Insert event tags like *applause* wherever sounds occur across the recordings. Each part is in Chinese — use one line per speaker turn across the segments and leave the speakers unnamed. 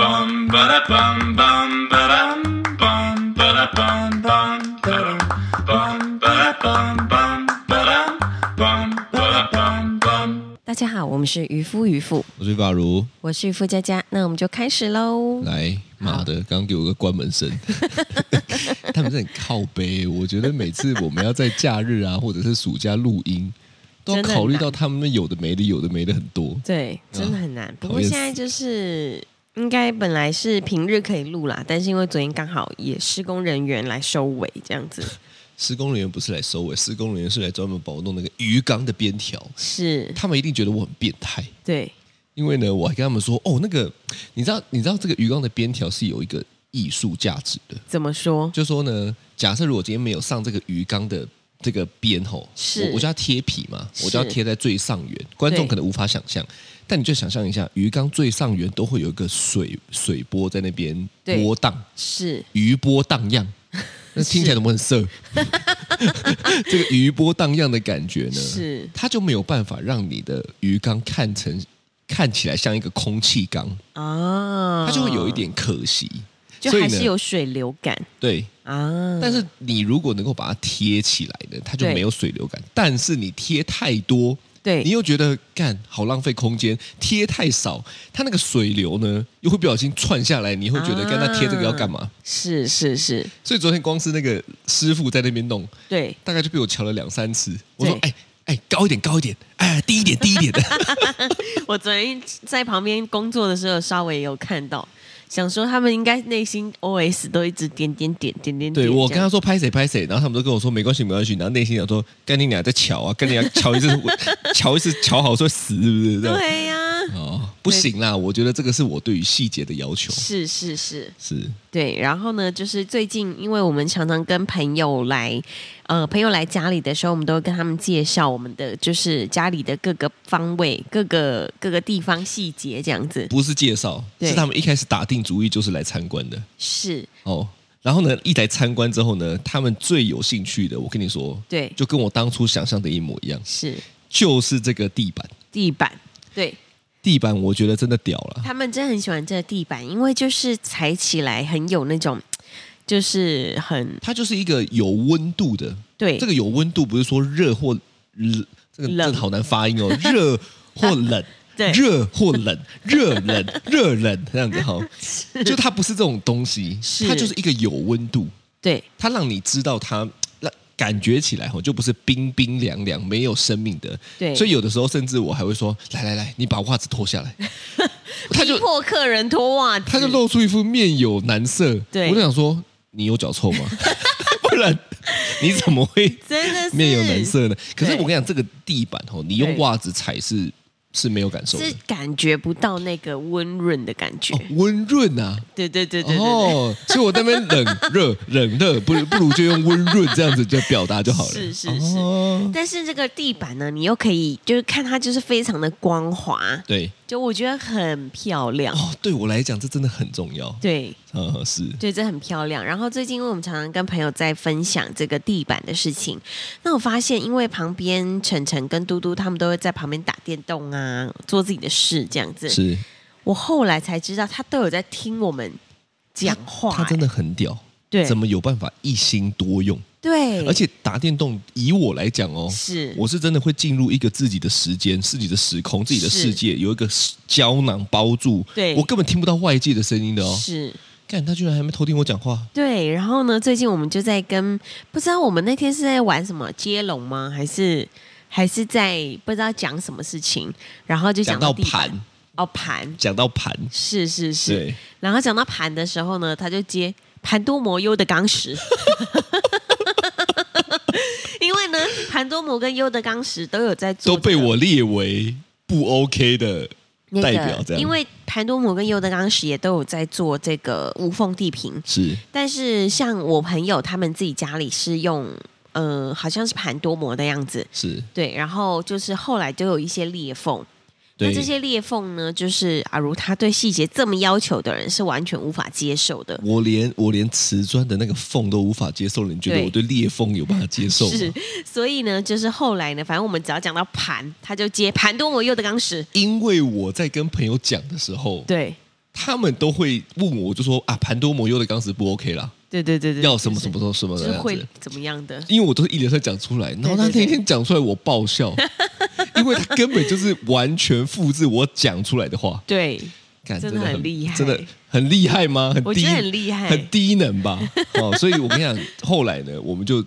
bum ba da bum bum ba dum bum ba da bum bum ba dum bum ba da bum bum ba dum bum ba da bum bum.
大家好，我们是渔夫渔妇，
我是法如，
我是渔夫佳佳，那我们就开始喽。
来，妈的，刚刚给我个关门声， *laughs* 他们是很靠背。我觉得每次我们要在假日啊，或者是暑假录音，都要
真的很
考虑到
难
他们有的没的，有的没的很多。
对，真的很难。不
讨
过
厌
现
死
在就是应该本来是平日可以录啦，但是因为昨天刚好也施工人员来收尾，这样子
施工人员不是来收尾，施工人员是来专门帮我弄那个鱼缸的边条。
是
他们一定觉得我很变态，
对
因为呢，我还跟他们说，哦，那个，你知道，你知道这个鱼缸的边条是有一个艺术价值的。
怎么说？
就说呢，假设如果今天没有上这个鱼缸的这个边吼，
是
我我就要贴皮嘛，
是
我就要贴在最上缘，观
对
众可能无法想象，但你就想象一下，鱼缸最上缘都会有一个水水波在那边
对
波荡，
是
余波荡漾。
*laughs*
那听起来怎么很色？ *laughs* 这个余波荡漾的感觉呢？
是
它就没有办法让你的鱼缸看成看起来像一个空气缸，
啊，
它就会有一，点可惜。
就
所以
还
呢
是有水流感
对，
啊。
但是你如果能够把它贴起来的，它就
对
没有水流感。但是你贴太多，
对
你又觉得干好浪费空间；贴太少，它那个水流呢又会不小心窜下来，你会觉得
啊
干那贴这个要干嘛？
是是是，
所以昨天光是那个师傅在那边弄，
对，
大概就被我瞧了两三次。我说：“
对
哎哎，高一点，高一点，哎，低一点，低一点。
我昨天在旁边工作的时候，稍微有看到，想说他们应该内心 OS 都一直点点点点点点
对”我
这
跟他
样
说拍谁拍谁，然后他们都跟我说没关系没关系，然后内心想说干你俩在瞧啊，干你俩瞧一次， *laughs* 我瞧一次瞧好说死是不是？这样
对呀、
哦，不行啦，我觉得这个是我对于细节的要求。
是是是，
是，
对。然后呢，就是最近，因为我们常常跟朋友来，呃，朋友来家里的时候，我们都会跟他们介绍我们的就是家里的各个方位、各个各个地方细节这样子。
不是介绍，
对
是他们一开始打定主意就是来参观的
是，
哦。然后呢，一来参观之后呢，他们最有兴趣的，我跟你说，
对，
就跟我当初想象的一模一样，
是
就是这个地板。
地板，对。
地板我觉得真的屌了，
他们真的很喜欢这个地板，因为就是踩起来很有那种，就是很
它就是一个有温度的。
对，
这个有温度不是说热或冷，这个
冷
真的好难发音哦，热或
*laughs*
冷。
对
热或
*laughs*
冷，热冷，热冷这样子哈，就它不是这种东西
是，
它就是一个有温度，
对
它让你知道它，让感觉起来哈，就不是冰冰凉凉没有生命的。
对，
所以有的时候甚至我还会说，来来来，你把袜子脱
*laughs*
下来，他就
逼迫客人脱袜子，
他就露出一副面有难色，
对
我就想说，你有脚
*laughs*
臭吗？不然你怎么会
真的是
面有难色呢？可
对
是我跟你讲，这个地板哦，你
对
用袜子踩是是没有感受的
是。感觉不到那个温润的感觉，
哦温润啊，
对对对对对对，
哦，所以我那边冷热冷热，不如不如就用温润这样子就表达就好了。
是是是
哦，
但是这个地板呢，你又可以就是看它就是非常的光滑，
对
就我觉得很漂亮，
哦，对我来讲这真的很重要。
对。
嗯，是
对，这很漂亮。然后最近，因为我们常常跟朋友在分享这个地板的事情，那我发现，因为旁边晨晨跟嘟嘟他们都会在旁边打电动啊，做自己的事这样子。
是，
我后来才知道，他都有在听我们讲话、欸
他真的很屌，
对
怎么有办法一心多用？
对，
而且打电动，以我来讲哦，
是
我是真的会进入一个自己的时间、自己的时空、自己的
是
世界，有一个胶囊包住，
对
我根本听不到外界的声音的哦。
是
看他居然还没偷听我讲话，
对。然后呢，最近我们就在跟不知道我们那天是在玩什么接龙吗？还是还是在不知道讲什么事情？然后就
讲
到
到
地板
盘，
哦盘
讲到盘，
是是是。
对，
然后讲到盘的时候呢，他就接盘多摩优的钢
*laughs*
石，因为呢，盘多摩跟优的钢石都有在做、
都被我列为不 OK 的
那
代
个
表，这样
因为盘多摩跟优的钢石也都有在做这个无缝地平，
是
但是像我朋友他们自己家里是用。呃，好像是盘多摩的样子，
是，
对，然后就是后来就有一些裂缝，那
对，
这些裂缝呢，就是阿如他对细节这么要求的人是完全无法接受的，
我连我连瓷砖的那个缝都无法接受了，你觉得
对
我对裂缝有办法接受吗？
是，所以呢，就是后来呢，反正我们只要讲到盘，他就接盘多摩右的钢石。
因为我在跟朋友讲的时候，
对，
他们都会问我，就说啊，盘多摩优的钢丝不 OK 啦，
对对对对，
要什么
就是
什么什么什么
就
的
是
样
会
子。
怎么样的？
因为我都是一连串讲出来，然后他
对对
那天讲出来我
*laughs*
爆笑，因为他根本就是完全复制我讲出来的话，
对，
干
真的
的
很
很
厉害
真的很厉害吗？很
我
低，
觉得很厉害
很低能吧？哦，所以我跟你讲，后来呢，我们就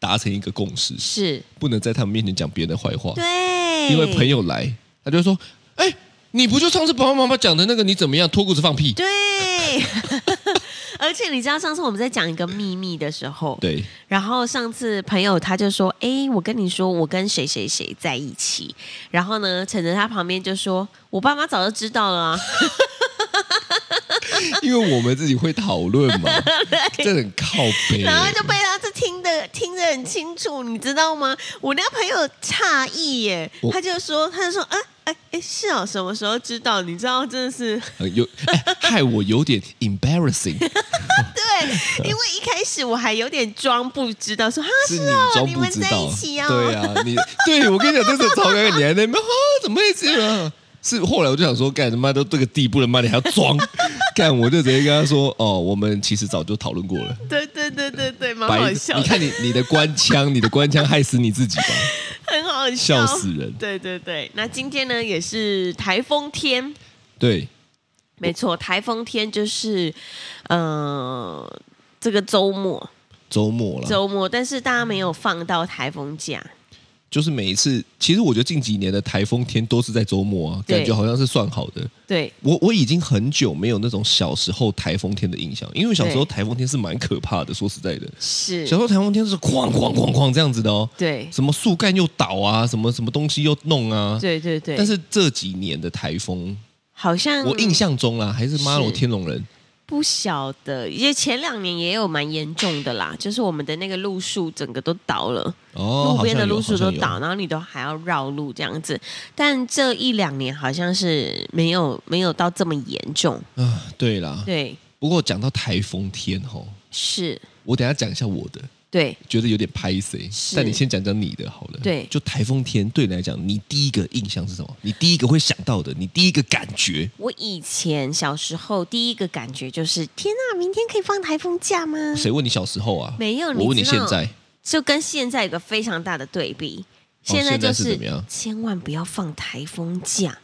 达成一个共识，
是，
不能在他们面前讲别人的坏话，
对，
因为朋友来，他就说，哎、你不就上次爸爸妈妈讲的那个你怎么样脱裤子放屁？
对，而且你知道上次我们在讲一个秘密的时候，
对，
然后上次朋友他就说：“哎，我跟你说，我跟谁谁谁在一起。”然后呢，晨晨他旁边就说：“我爸妈早就知道了、
*laughs*
啊。
因为我们自己会讨论
*laughs*
嘛，这很靠”背、
然后就被他这听的听得很清楚，你知道吗？我那个朋友诧异耶，
我
他就说：“他就说，啊，哎哎，是哦，什么时候知道？你知道，真的是。”
呃有、哎害我有点 embarrassing，
对，因为一开始我还有点装不知道，说哈
是啊
是
你
哦，
装
你
不
们
知
在
道
一，起哦，
对啊，你 *laughs* 对我跟你讲，真是超尴尬，你还在那边啊，怎么会这样？是后来我就想说，干他妈都这个地步了，妈你还要装？干我就直接跟他说，哦，我们其实早就讨论过了。
*laughs* 对对对对对，蛮
白
好
痴，
笑
你
的，
看你你的官腔，你的官腔害死你自己吧，
很好
笑死人。
对对对，那今天呢也是台风天，
对，
没错，台风天就是呃这个周末
啊周末啦，
周末，但是大家没有放到台风假，
就是每一次，其实我觉得近几年的台风天都是在周末啊，
对
感觉好像是算好的。
对
我我已经很久没有那种小时候台风天的印象，因为小时候
对
台风天是蛮可怕的，说实在的，
是
小时，候台风天是哐哐哐哐这样子的哦，
对
什么树干又倒啊，什么什么东西又弄啊。
对对对，
但是这几年的台风，
好像
我印象中啊啦，还是妈我
是
天龙人，
不晓得，也前两年也有蛮严重的啦，就是我们的那个路树整个都倒了。
哦，
路
好
边
像
的
有
路树都，
好像
倒，然后你都还要绕路这样子。但这一两年好像是没有没有到这么严重，
有啊，对啦，
对，
不过讲到台风天吼，
是，
我等一下讲一下我的，
对，
觉得有点拍谁
是，
但你先讲讲你的好了。
对
就台风天对你来讲，你第一个印象是什么？你第一个会想到的，你第一个感觉，
我以前小时候第一个感觉就是，天呐，明天可以放台风假吗？
谁问你小时候啊？
嗯没有你
我问你
知
现
道
在，
就跟现在有个非常大的对比，现在
哦现在
就是
怎么样
千万不要放台风假。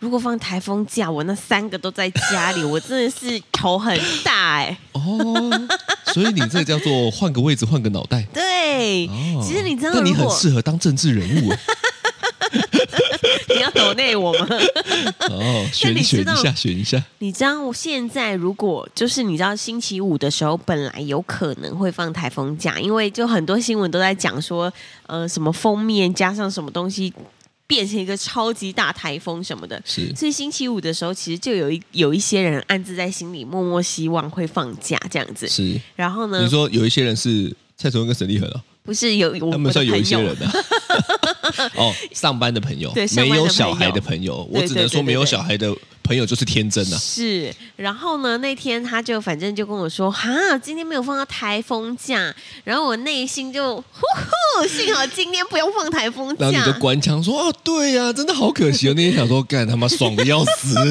如果放台风假，我那三个都在家里，我真的是头很大哎、
哦，所以你这叫做换个位置，换个脑袋。
对，
哦，
其实你知道，
那你
如
很
果
适合当政治人
*laughs*
物哦
你要抖内我吗？
哦，选
你
选
知
一
道
下，选一下。
你知道我现在如果就是你知道星期五的时候，本来有可能会放台风假，因为就很多新闻都在讲说，呃，什么封面加上什么东西变成一个超级大台风什么的。
是
所以星期五的时候，其实就有一有一些人暗自在心里默默希望会放假这样子。
是，
然后呢
你，说有一些人是蔡崇文跟沈立恒啊，
不是有我
他
我
们
的
算有一
朋
些
友
人的、 *laughs* 哦，上班的朋友，
对上
没
班的
有
朋
小
友
孩的朋友，我
对
只
对
能
对
说
对
没有
对
小孩的朋友就是天真啊。
是，然后呢，那天他就反正就跟我说，哈，今天没有放到台风假，然后我内心就呼呼，幸好今天不用放台风假
然后你。就官腔说：“哦，对呀、真的好可惜哦。”那天想说，干他妈爽的要
*laughs*
死！我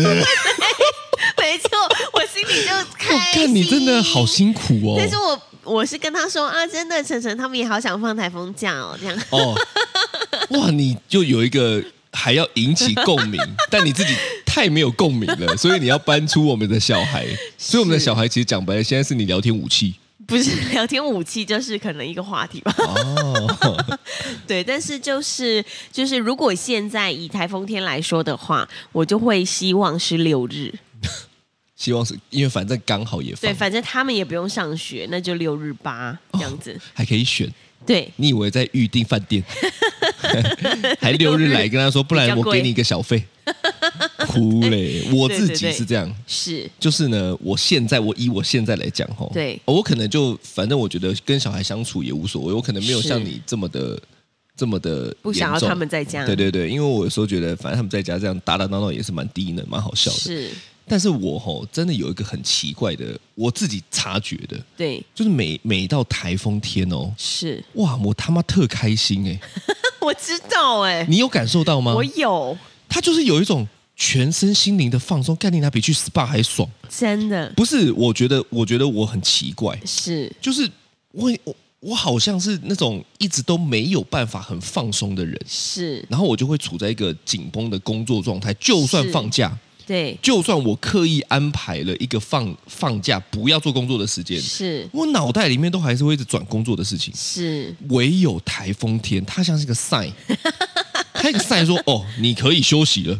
没错，我心里就开心。
看哦你真的好辛苦哦。
但是我我是跟他说啊，真的，晨晨他们也好想放台风假哦，这样。
哦，哇，你就有一个还要引起共鸣，但你自己太没有共鸣了，所以你要搬出我们的小孩。所以我们的小孩其实讲白了，现在是你聊天武器
不是聊天武器，就是可能一个话题吧。 *laughs*
哦。
对，但是就是就是，如果现在以台风天来说的话，我就会希望是六日。
希望是因为反正刚好也放
对，，反正他们也不用上学，那就六日八这
哦
样子。
还可以选。
对，
你以为在预定饭店，还六日来跟他说，不然我给你一个小费，哭嘞！我自己是这样，
是，
就是呢，我现在我以我现在来讲吼，哦
对
我可能就反正我觉得跟小孩相处也无所谓，我可能没有
是
像你这么的这么的
不想要
严重
他们在家
对对对，因为我有时候觉得反正他们在家这样打打闹闹也是蛮低能、蛮好笑的。
是，
但是我吼真的有一个很奇怪的，我自己察觉的，
对，
就是每每到台风天哦， *laughs*
是，
哇，我他妈
*laughs*
特开心哎、
我知道哎、
你有感受到吗？
我有，
他就是有一种全身心灵的放松，概念它比去 SPA 还爽。
真的
不是，我觉得，我觉得我很奇怪，
是
就是我我我好像是那种一直都没有办法很放松的人，
是，
然后我就会处在一个紧绷的工作状态，就算
是
放假。
对，
就算我刻意安排了一个放放假不要做工作的时间，
是
我脑袋里面都还是会一直转工作的事情。
是
唯有台风天，它像是个 sign，它一个 sign 说：“哦，你可以休息了。”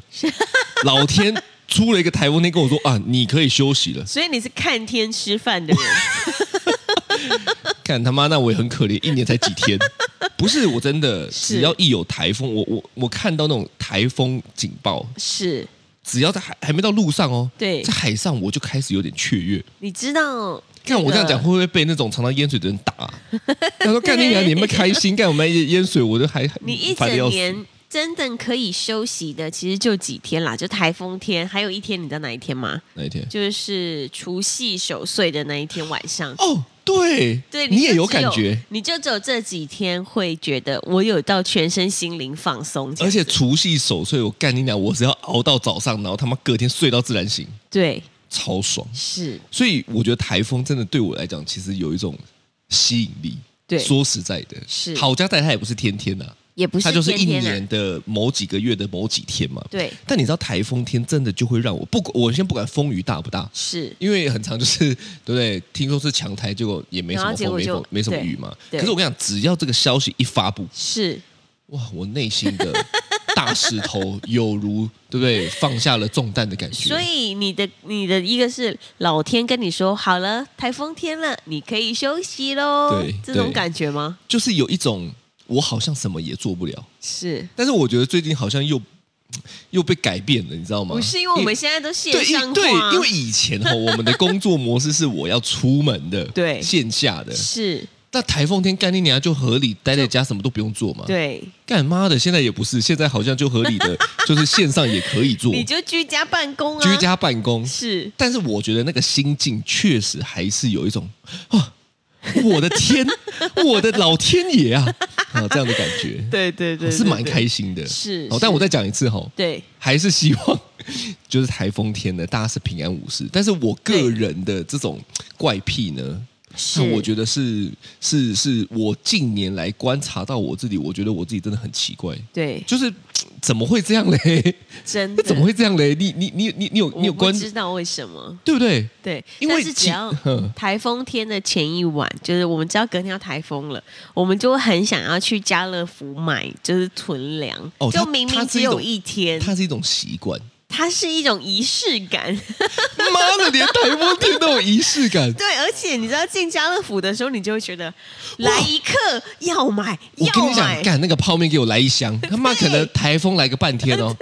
老天出了一个台风天跟我说：“啊，你可以休息了。
所以你是看天吃饭的人，”
*laughs* 看他妈，那我也很
*laughs*
可怜，一年才几天。不是我真的，
是
只要一有台风，我我我看到那种台风警报，
是
只要在海还没到路上哦，
对
在海上我就开始有点雀跃。
你知道？
看我这样讲，会，不会被那种常常淹水的人打、
*laughs*
啊？他说：“干你娘，你们开心？干我们淹淹水，我都还
*laughs* 你一
烦得
整
要死
年真正可以休息的，其实就几天啦，就台风天，还有一天，你知道哪一天吗？
那一天
就是除夕守岁的那一天晚上。
哦，对，
对，
你也
就
有
只
感觉，，
你就只有这几天会觉得我有到全身心灵放松这样，
而且除夕守岁，我干你娘，我只要熬到早上，然后他妈隔天睡到自然醒，
对
超爽。
是，
所以我觉得台风真的对我来讲，其实有一种吸引力。
对
说实在的，
是
好家在它也不是天天呐、啊，
也不
它
是
就是
天
一
天啊
年的某几个月的某几天嘛。
对
但你知道台风天真的就会让我不管，我先不管风雨大不大，
是
因为很常就是 *laughs* 对不对？听说是强台，结果也没什
然
么
后结
风，
果
没
就
风，没什么
对
雨嘛。
对
可是我跟你讲，只要这个消息一发布，
是
哇，我内心的大石头有如对不对放下了重担的感觉。
所以你的你的一个是老天跟你说好了，台风天了，你可以休息喽
对，
这种
对
感觉吗？
就是有一种我好像什么也做不了，
是
但是我觉得最近好像又又被改变了，你知道吗？
不是因为我们现在都线上化？
啊对因对，因为以前哈、我们的工作模式是我要出门的，
*laughs* 对
线下的。
是
那台风天干你娘就合理待在家，什么都不用做嘛。
对，
干妈的，现在也不是，现在好像就合
*laughs*
理的，就是线上也可以做，
你就居家办公啊，
居家办公。
是
但是我觉得那个心境确实还是有一种啊，我的天，
*laughs*
我的老天爷啊，啊这样的感觉，
对对对
是蛮开心的。
是
好，但我
是
再讲一次哈、
对
还是希望 *laughs* 就是台风天呢，大家是平安无事。但是我个
对
人的这种怪癖呢，
是，
那我觉得是是是我近年来观察到我自己，我觉得我自己真的很奇怪，
对
就是怎么会这样嘞？
真的
那怎么会这样嘞？你你你你你有你有
我不
关
知道为什么。
对不对？
对，
因为
但是
其嗯
只要
哼
台风天的前一晚，就是我们知道隔天要台风了，我们就会很想要去家乐福买，就是囤粮。
哦它
就明
它
明
是
只
一
有
种
一天，它
它是一种习惯。
是一种仪式
*laughs*
感。
妈的，连台风天都有仪式感。
对，而且你知道进家乐福的时候，你就会觉得来一刻要买，
我跟
要
你讲，
买。
干那个泡面给我来
*laughs*
一箱，他妈可能台风来个半天哦。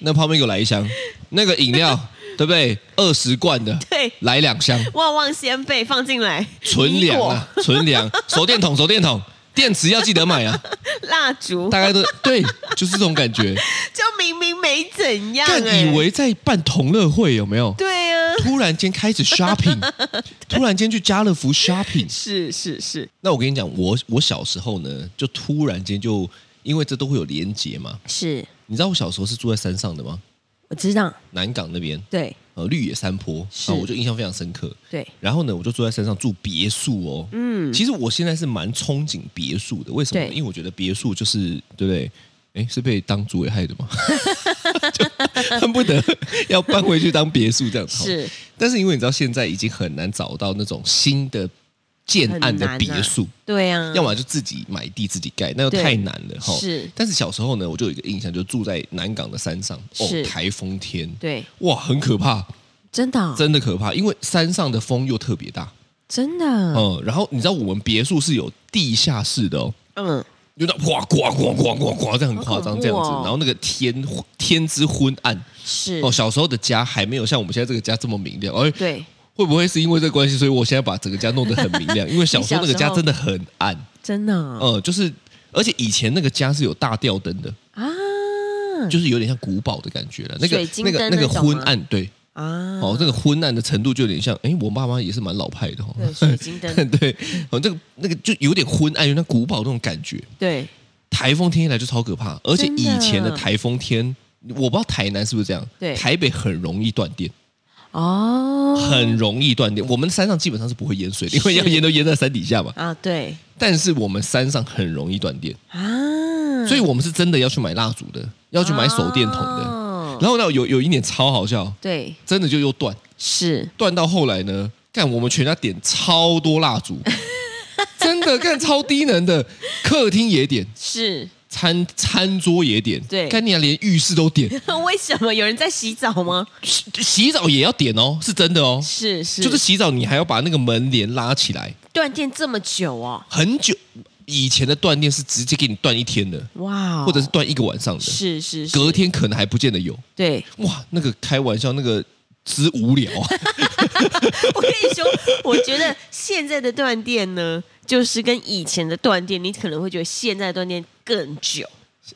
那泡面给我来一箱，那个饮
*laughs*
料对不对？二十罐的，
对
来两箱，
旺旺仙贝放进来，
存
米
粮
果、
啊，存粮，手
*laughs*
电筒，手电筒，电池要记得买啊。
蜡烛，
大概都对，就是这种感觉。
就明明没怎样、
干
哎
以为在办同乐会有没有？
对啊，
突然间开始 shopping，突然间去家乐福 shopping。
是是是
那我跟你讲，我我小时候呢，就突然间就因为这都会有连结嘛。
是，
你知道我小时候是住在山上的吗？
我知道，
南港那边，
对
呃，绿野山坡，
是
啊，我就印象非常深刻。
对，
然后呢，我就住在山上住别墅哦。
嗯，
其实我现在是蛮憧憬别墅的，为什么呢？
对
因为我觉得别墅就是对不对？哎，是被当主委害的吗？ *laughs* 就恨不得要搬回去当别墅这样子。
是
但是因为你知道，现在已经很难找到那种新的建案
很难
的
啊
别墅，
对啊，
要么就自己买地自己盖，那又
对
太难了哈。
是
但是小时候呢，我就有一个印象，就住在南港的山上，哦
是，
台风天，
对，
哇，很可怕，
真的哦、
真的可怕，因为山上的风又特别大，
真的，啊
嗯，然后你知道我们别墅是有地下室的哦，
嗯，
就那哇呱呱呱呱呱，这样很夸
好
张
恐怖
这样子
哦，
然后那个天天之昏暗
是
哦，小时候的家还没有像我们现在这个家这么明亮，而
对，
会不会是因为这个关系，所以我现在把整个家弄得很明
*laughs*
亮？因为小时候那个
你小时
家
候
真的很暗，
真的哦、
呃，就是而且以前那个家是有大吊灯的，
啊，
就是有点像古堡的感觉了。那个
嗯水晶
那
灯
个那个
那种吗
昏暗，对，
啊，
哦，这个昏暗的程度就有点像，哎，我爸妈也是蛮老派的哦。 *laughs*
对，水晶灯，
对，哦，这个那个就有点昏暗，有点古堡那种感觉。
对，
台风天一来就超可怕，而且
真的
以前的台风天，我不知道台南是不是这样，
对
台北很容易断电，
哦，
很容易断电。我们山上基本上是不会淹水的，因为
是
要淹都淹在山底下嘛。
啊，对
但是我们山上很容易断电，
啊，
所以我们是真的要去买蜡烛的，要去买手电筒的。
哦
然后呢，有有一年超好笑，
对，
真的就又断，
是
断到后来呢，干我们全家点超多蜡
*laughs*
烛，真的干超低能的，客厅也点，
是， *laughs*
餐餐桌也点，
对
干你娘连浴室都
*laughs*
点，
为什么有人在洗澡吗？
洗洗澡也要点哦，是真的哦，
是是，
就是洗澡你还要把那个门帘拉起来，
断电这么久哦，
很久以前的断电是直接给你断一天的，
哇哦，
或者是断一个晚上的，
是是是
隔天可能还不见得有，
对，
哇，那个开玩笑那个。之无聊
*laughs*
啊，
我跟你说，我觉得现在的断电呢，就是跟以前的断电，你可能会觉得现在的断电更久。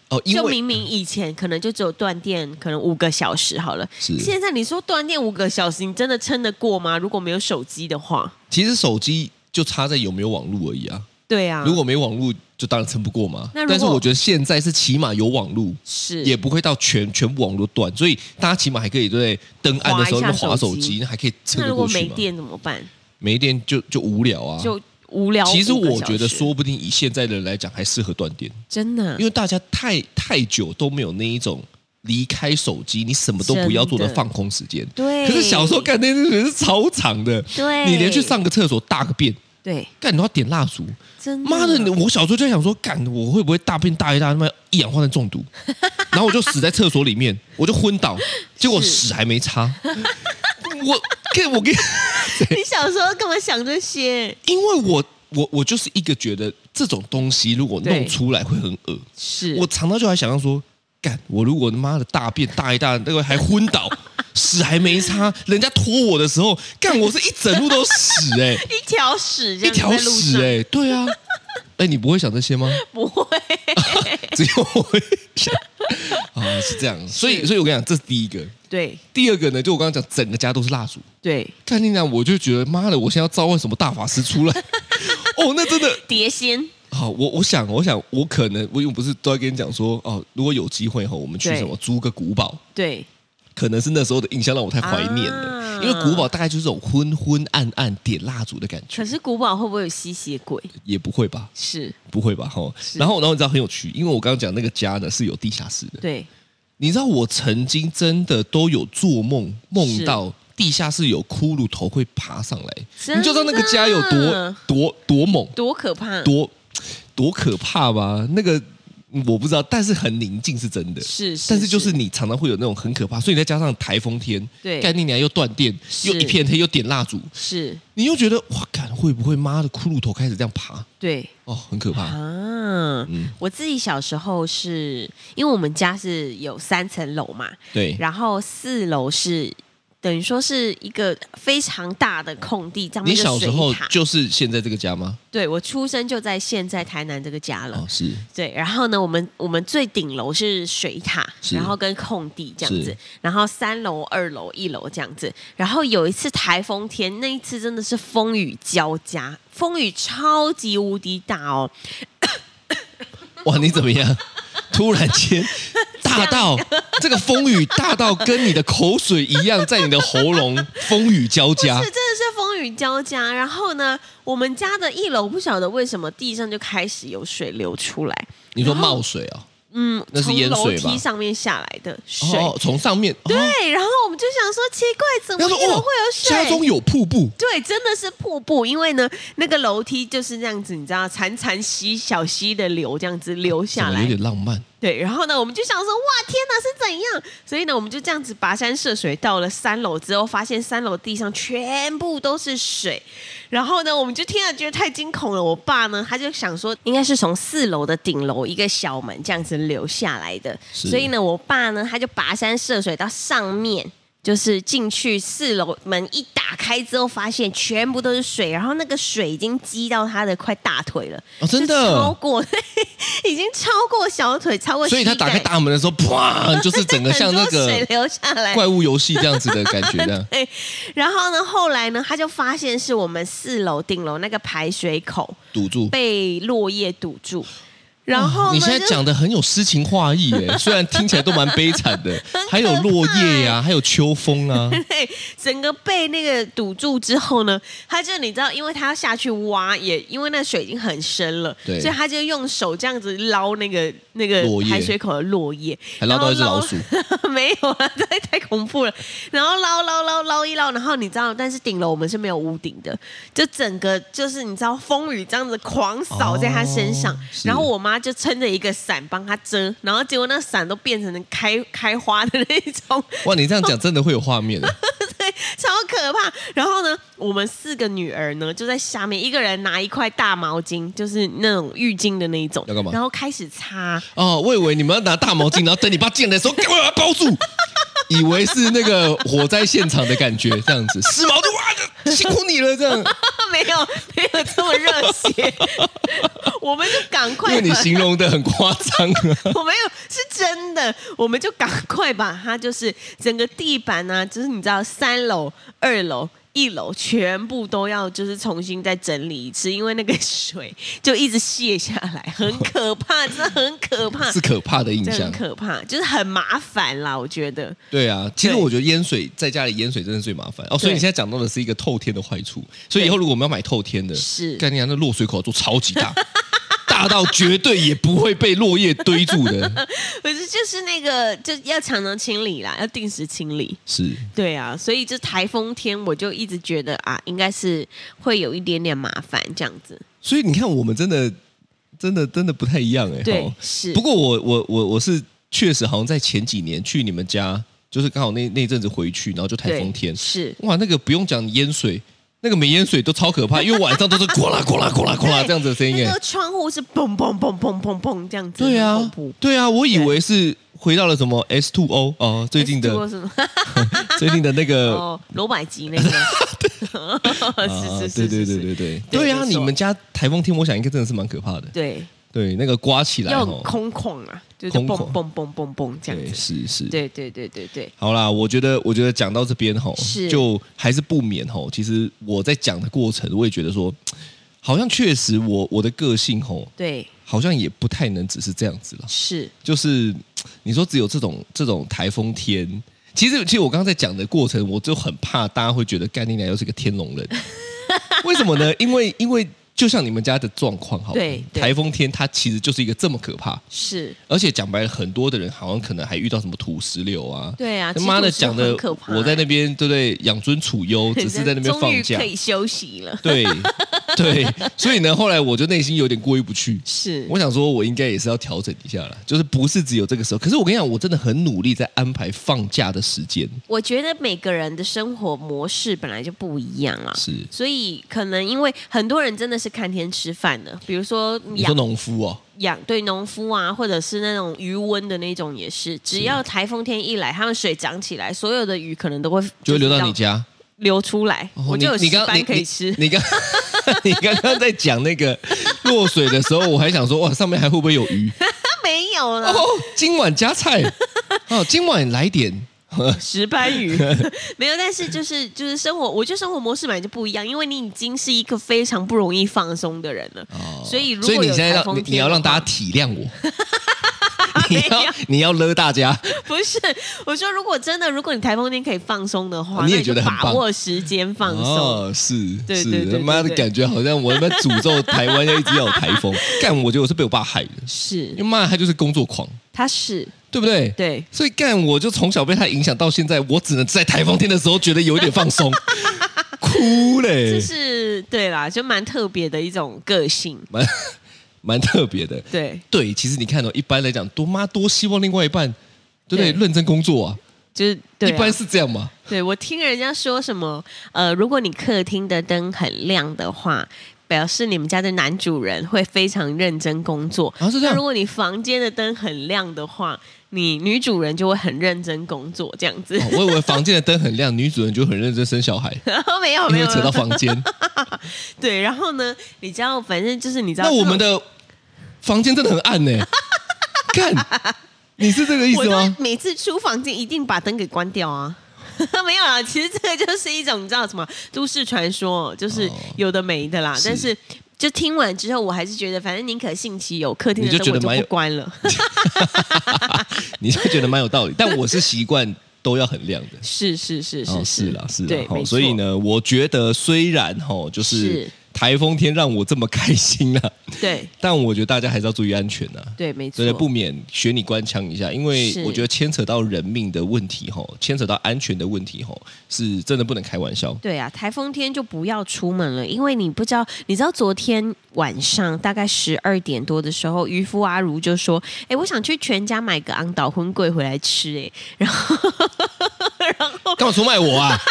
哦，因
就
为
明明以前可能就只有断电，可能五个小时好了。
是
现在你说断电五个小时，你真的撑得过吗？如果没有手机的话，
其实手机就差在有没有网络而已啊。
对啊，
如果没网络，就当然撑不过嘛。
那如果
但是我觉得现在是起码有网络，
是
也不会到全全部网络断，所以大家起码还可以对灯暗的时候
划一下
划手
手机
机，那还可以撑
那
得
如果
过去
没
嘛。
电怎么办？
没电就就无聊啊。
就无聊。
其实
五个
我
小
觉得
时
说不定以现在的人来讲，还适合断电，
真的
因，为大家太太久都没有那一种离开手机，你什么都不要做的
真的
放空时间。
对。
可是小时候干那些是超长的，
对
你连去上个厕所大个便，
对，
干你都要点蜡烛。
真的
妈的！我小时候就在想说，干我会不会大便大一大他妈一氧化碳中
*laughs*
毒，然后我就死在厕所里面，我就昏倒，结果
是
屎还没擦。我跟我跟，
*laughs* 你小时候干嘛想这些？
因为我我我就是一个觉得这种东西如果弄
对
出来会很恶，
是
我常常就还想象说，干我如果他妈的大便大一大，那个还昏倒，屎还没擦，人家拖我的时候，干我是一整路都
*laughs*
屎哎、
一条屎这
一
样
条
在路
屎
上
哎、对啊，哎、你不会想这些吗？
不会，
*laughs* 只有我会想啊，是这样。所以，所以我跟你讲，这是第一个。
对
第二个呢，就我刚刚讲，整个家都是蜡烛。
对，
看你讲，我就觉得妈的，我现在要召唤什么大法师出
*laughs*
来？哦，那真的
碟仙
好，我我想，我想，我可能我因为我不是都在跟你讲说，哦，如果有机会哈，我们去
对
什么租个古堡，
对
可能是那时候的印象让我太怀念了，
啊
因为古堡大概就是这种昏昏暗暗点蜡烛的感
*laughs*
觉
可，是古堡会不会有吸血鬼？
也不会吧？
是，
不会吧？哈，然后然后你知道很有趣，因为我刚刚讲那个家呢是有地下室的，
对，
你知道我曾经真的都有做梦，梦到地下室有骷髅头会爬上来，
真的
你就知道那个家有多多多猛，
多可怕！
多多可怕吧？那个我不知道，但是很宁静是真的。
是，
但是就是你常常会有那种很可怕，所以再加上台风天，
对
概念娘又断电，
是
又一片黑，又点蜡烛，
是，
你又觉得哇，看会不会妈的骷髅头开始这样爬
对
哦，很可怕。
啊。
嗯，
我自己小时候是因为我们家是有三层楼嘛，
对，
然后四楼是等于说是一个非常大的空地，上
你
面
小
就
时
水
候
塔。
就是现在这个家吗？
对我出生就在现在台南这个家了
哦，，是
对，然后呢，我们我们最顶楼是水塔，
是
然后跟空地这样子
是，
然后三楼、二楼、一楼这样子。然后有一次台风天，那一次真的是风雨交加，风雨超级无敌大哦，
哇，你怎
*laughs*
么样？突然间大到这个风雨大到跟你的口水一样，在你的喉咙风雨交加
*laughs* 是真，的是风雨交加。然后呢，我们家的一楼不晓得为什么地上就开始有水流出来，
你说冒水啊？
嗯，
那是
从
淹
楼
水吧
梯上面下来的水。
哦，从上面哦，
对，然后我们就想说，奇怪，怎么
他说
一楼
哦
会有，水？
家中有瀑布，
对，真的是瀑布，因为呢，那个楼梯就是这样子，你知道，潺潺溪小溪的流这样子流
怎
下
么有
来。哦
点浪漫？
对，然后呢，我们就想说，哇，天哪，是怎样？所以呢，我们就这样子跋山涉水到了三楼之后，发现三楼地上全部都是水。然后呢，我们就天啊，觉得太惊恐了。我爸呢，他就想说，应该是从四楼的顶楼一个小门这样子流下来的。
是
所以呢，我爸呢，他就跋山涉水到上面。就是进去四楼门一打开之后，发现全部都是水，然后那个水已经积到他的快大腿了，
哦真的
是超过，已经超过小腿，超过膝盖，
所以他打开大门
*laughs*
的时候，啪，就是整个像那
很多水
个
流下来，
怪物游戏这样子的感觉，这样
*laughs* 对，然后呢，后来呢，他就发现是我们四楼顶楼那个排水口 *laughs*
堵住。
被落叶堵住。然后
嗯你
呢
现在
就
讲的很有诗情画意耶，虽然听起来都蛮悲惨
*laughs*
的，还有落叶呀、还有秋风啊，
*laughs* 对，整个被那个堵住之后呢，他就你知道，因为他要下去挖，也因为那水已经很深了，
对
所以他就用手这样子捞那个那个
落叶
海水口的落叶，
还捞
*laughs* 然后
到一只老鼠，
没有啊，这太恐怖了。然后捞捞捞捞一捞，然后你知道，但是顶楼我们是没有屋顶的，就整个就是你知道风雨这样子狂扫在他身上，
哦是
然后我妈就撑着一个伞帮他遮，然后结果那伞都变成了开开花的那一种，
哇，你这样讲真的会有画面，
对，超可怕。然后呢，我们四个女儿呢就在下面，一个人拿一块大毛巾，就是那种浴巾的那一种，
要干嘛
然后开始擦，
哦，我以为你们要拿大毛巾，然后等你爸进来的时候， *laughs* 给我把它包住，以为是那个火灾现场的感觉，这样子湿毛巾，哇， *laughs* 辛苦你了，这样，
没有没有这么热血，我们就赶
因
快
为你
把，
形容的很夸张啊。
我没有是真的，
*laughs*
我们就赶快把它就是整个地板啊呢、就是你知道三楼、二楼。一楼全部都要就是重新再整理一次，因为那个水就一直泻下来，很可怕，真的很可
*laughs*
怕，
是可怕的印
这
象
很。 *laughs* 可怕，就是很麻烦啦，我觉得。
对啊，其实
对
我觉得淹水在家里淹水真的最麻烦哦。所
对
以你现在讲到的是一个透天的坏处，所以以后如果我们要买透天的，
是
概念那落水口做超级大， *laughs* 大到绝对也不会被落叶堆住的。
可是就是那个，就要常常清理啦，要定时清理。
是，
对啊，所以就台风天，我就一直觉得啊，应该是会有一点点麻烦这样子。
所以你看，我们真的真的真的不太一样哎。
对
吼，
是。
不过我我我我是确实好像在前几年去你们家，就是刚好那那阵子回去，然后就台
对
风天，
是
哇，那个不用讲淹水，那个没淹水都超
*laughs*
可怕，因为晚上都是呱啦呱啦呱啦呱啦
对
这样子的声音哎
那。个窗户是砰砰砰砰砰砰这样子，
对
很
啊
恐怖，。
对啊，我以为是回到了什么 S two O 哦，最近
是
的
做
呃
什么？
*laughs* 最近的那个，
*laughs* 哦，罗百吉
*laughs*
那个。 *laughs*
啊
是是是是是
对对对对对，
对
对啊，
没错
你们家台风天，我想应该真的是蛮可怕的，
对，
对，那个刮起来
要
哦
很，空旷啊，就是
空
砰
旷
砰砰砰砰这样
对，
子。
是是，
对对对对对，
好啦，我觉得，我觉得讲到这边吼
是，
就还是不免吼。其实我在讲的过程，我也觉得说，好像确实我我的个性吼，
对
好像也不太能只是这样子了。
是，
就是你说只有这种这种台风天，其实其实我刚刚在讲的过程，我就很怕大家会觉得干你娘又是个天
*laughs*
龙人，为什么呢？因为因为就像你们家的状况好了，
对对
台风天它其实就是一个这么可怕，
是，
而且讲白了，很多的人好像可能还遇到什么土石流啊，
对啊，
他妈的
其实
讲
都是很
的
可，怕
我在那
欸
边对不对？养尊
*laughs*
处优，只是在那边
终
放
于
假
可。以休息了，
*laughs* 对对，所以呢，后来我就内心有点过意不去。
是
我想说，我应该也是要调整一下了，就是不是只有这个时候。可是我跟你讲，我真的很努力在安排放假的时间。
我觉得每个人的生活模式本来就不一样啊，
是
所以可能因为很多人真的是看天吃饭的，比如说
你说
养
农夫哦，
养对农夫啊，或者是那种渔温的那种也是，只要台风天一来，他们水涨起来，所有的鱼可能都会
就会
是
流到
这
你
样
家。
流出来，
哦
我就有
你你
石
刚
斑
你
可以吃。
你你刚你刚刚在讲那个落水的时候，我还想说，哇，上面还会不会有
*laughs*
鱼？
那没有了，
哦，今晚加菜哦，今晚来点。
石斑
*laughs*
鱼没有，但是就是就是生活，我觉得生活模式本来就不一样，因为你已经是一个非常不容易放松的人了，
哦
所以如
所以
果
你
有
现在
台
要
风
你
天
你要让
的话
大家体
*laughs*
谅我，你
没
要
有
你要勒大家，
*laughs* 不是，我说如果真的，如果你台风天可以放松的话，
哦你也
那就
觉得很棒
把握时间放松。
哦，是
对
是
对对，对
他妈的
对
感觉好像我他妈诅咒台湾要一直要有台
*laughs*
风，干，我觉得我是被我爸害的，因为
是，
妈他就是工作狂，
他是
对不对？
对，
所以干，我就从小被他影响到现在，我只能在台风天的时候觉得有一点放
*laughs*
松，哭嘞
这，是对啦，就蛮特别的一种个性。
蛮蛮特别的。
对，
对，其实你看哦，一般来讲，多妈多希望另外一半，对不对？
对
认真工作啊，
就是对
一
啊、
般是这样嘛。
对我听人家说什么，呃，如果你客厅的灯很亮的话。表示你们家的男主人会非常认真工作。
啊是这样
那如果你房间的灯很亮的话，你女主人就会很认真工作，这样子。
哦我以为房间的灯很亮，女主人就很认真生小孩，
然后 *laughs* 没有
哦因
哦没有
为扯
没
到
有
房
*laughs*
间。
对，然后呢，你知道，反正就是你知道，
那我们的房间真的很
*laughs*
暗呢、看，你是这个意
我
思
都
吗？
每次出房间一定把灯给关掉啊。 *laughs* 没有啦，其实这个就是一种你知道什么都市传说，就是有的没的啦。
哦是
但是就听完之后，我还是觉得，反正宁可信其有，客厅的
你就
灯我
觉得
就
蛮有
不关了。 *laughs*
你是觉得蛮有道理，但我是习惯都要很亮的。
是是是
哦
是
是啦，是啦
对，，
哦
没错
所以，呢，我觉得虽然哈，就是
是
台风天让我这么开心啦，
对
但我觉得大家还是要注意安全呐。
对，没错
所以，不免学你官腔一下，因为
是
我觉得牵扯到人命的问题吼，牵扯到安全的问题吼，是真的不能开玩笑。
对啊，台风天就不要出门了，因为你不知道，你知道昨天晚上大概十二点多的时候，渔夫阿如就说：“哎，我想去全家买个昂岛荤桂回来吃。”哎，然后然后
干嘛出卖
*laughs*
我啊？
*laughs*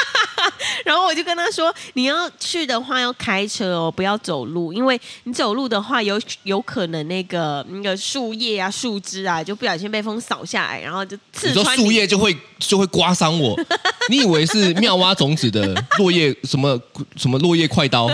然后我就跟他说：“你要去的话要开车哦，不要走路，因为你走路的话有有可能那个那个树叶啊、树枝啊，就不小心被风扫下来，然后就
你
刺
说
穿
树叶就会就会刮
*laughs*
伤我？你以为是妙蛙种子的落叶什么什么落叶
*laughs*
快刀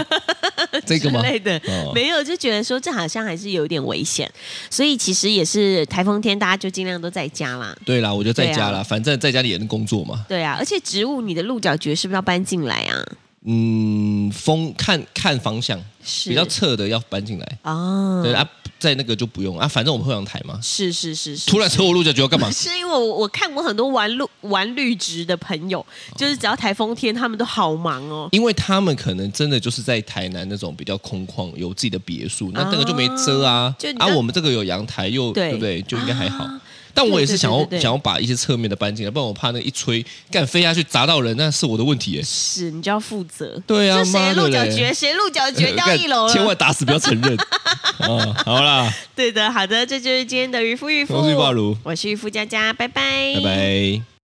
这
之
个吗？
类的，
哦
没有就觉得说这好像还是有一点危险，所以其实也是台风天，大家就尽量都在家啦。
对啦，我就在家
对啊
啦，反正在家里也能工作嘛。
对啊，而且植物，你的鹿角蕨是不是要搬进来啊？
嗯，风看看方向，
是
比较侧的要搬进来。
哦，
对啊，在那个就不用啊，反正我们会阳台嘛。
是是是是，？
突然扯我鹿角蕨要干
*laughs*
嘛
是因为我我看我很多玩绿玩绿植的朋
哦
友，就是只要台风天，他们都好忙哦。
因为他们可能真的就是在台南那种比较空旷，有自己的别墅，那那个就没遮啊。
哦就你
啊，
要
我们这个有阳台，又
对啊
对不对？就应该还好。但我也是想要
对对对对对
想要把一些侧面的搬进来，不然我怕那一吹干飞下去砸到人，那是我的问题耶。
是，你就要负责。
对啊
这谁
妈的
鹿角
嘞
蕨，谁鹿角蕨到
干
一楼了？
*laughs* 千万打死不要承认。啊，好
*laughs*
啦，
对的，好的，这就是今天的渔夫渔夫，
我是渔夫阿如
我是渔夫佳佳，拜拜，
拜。拜。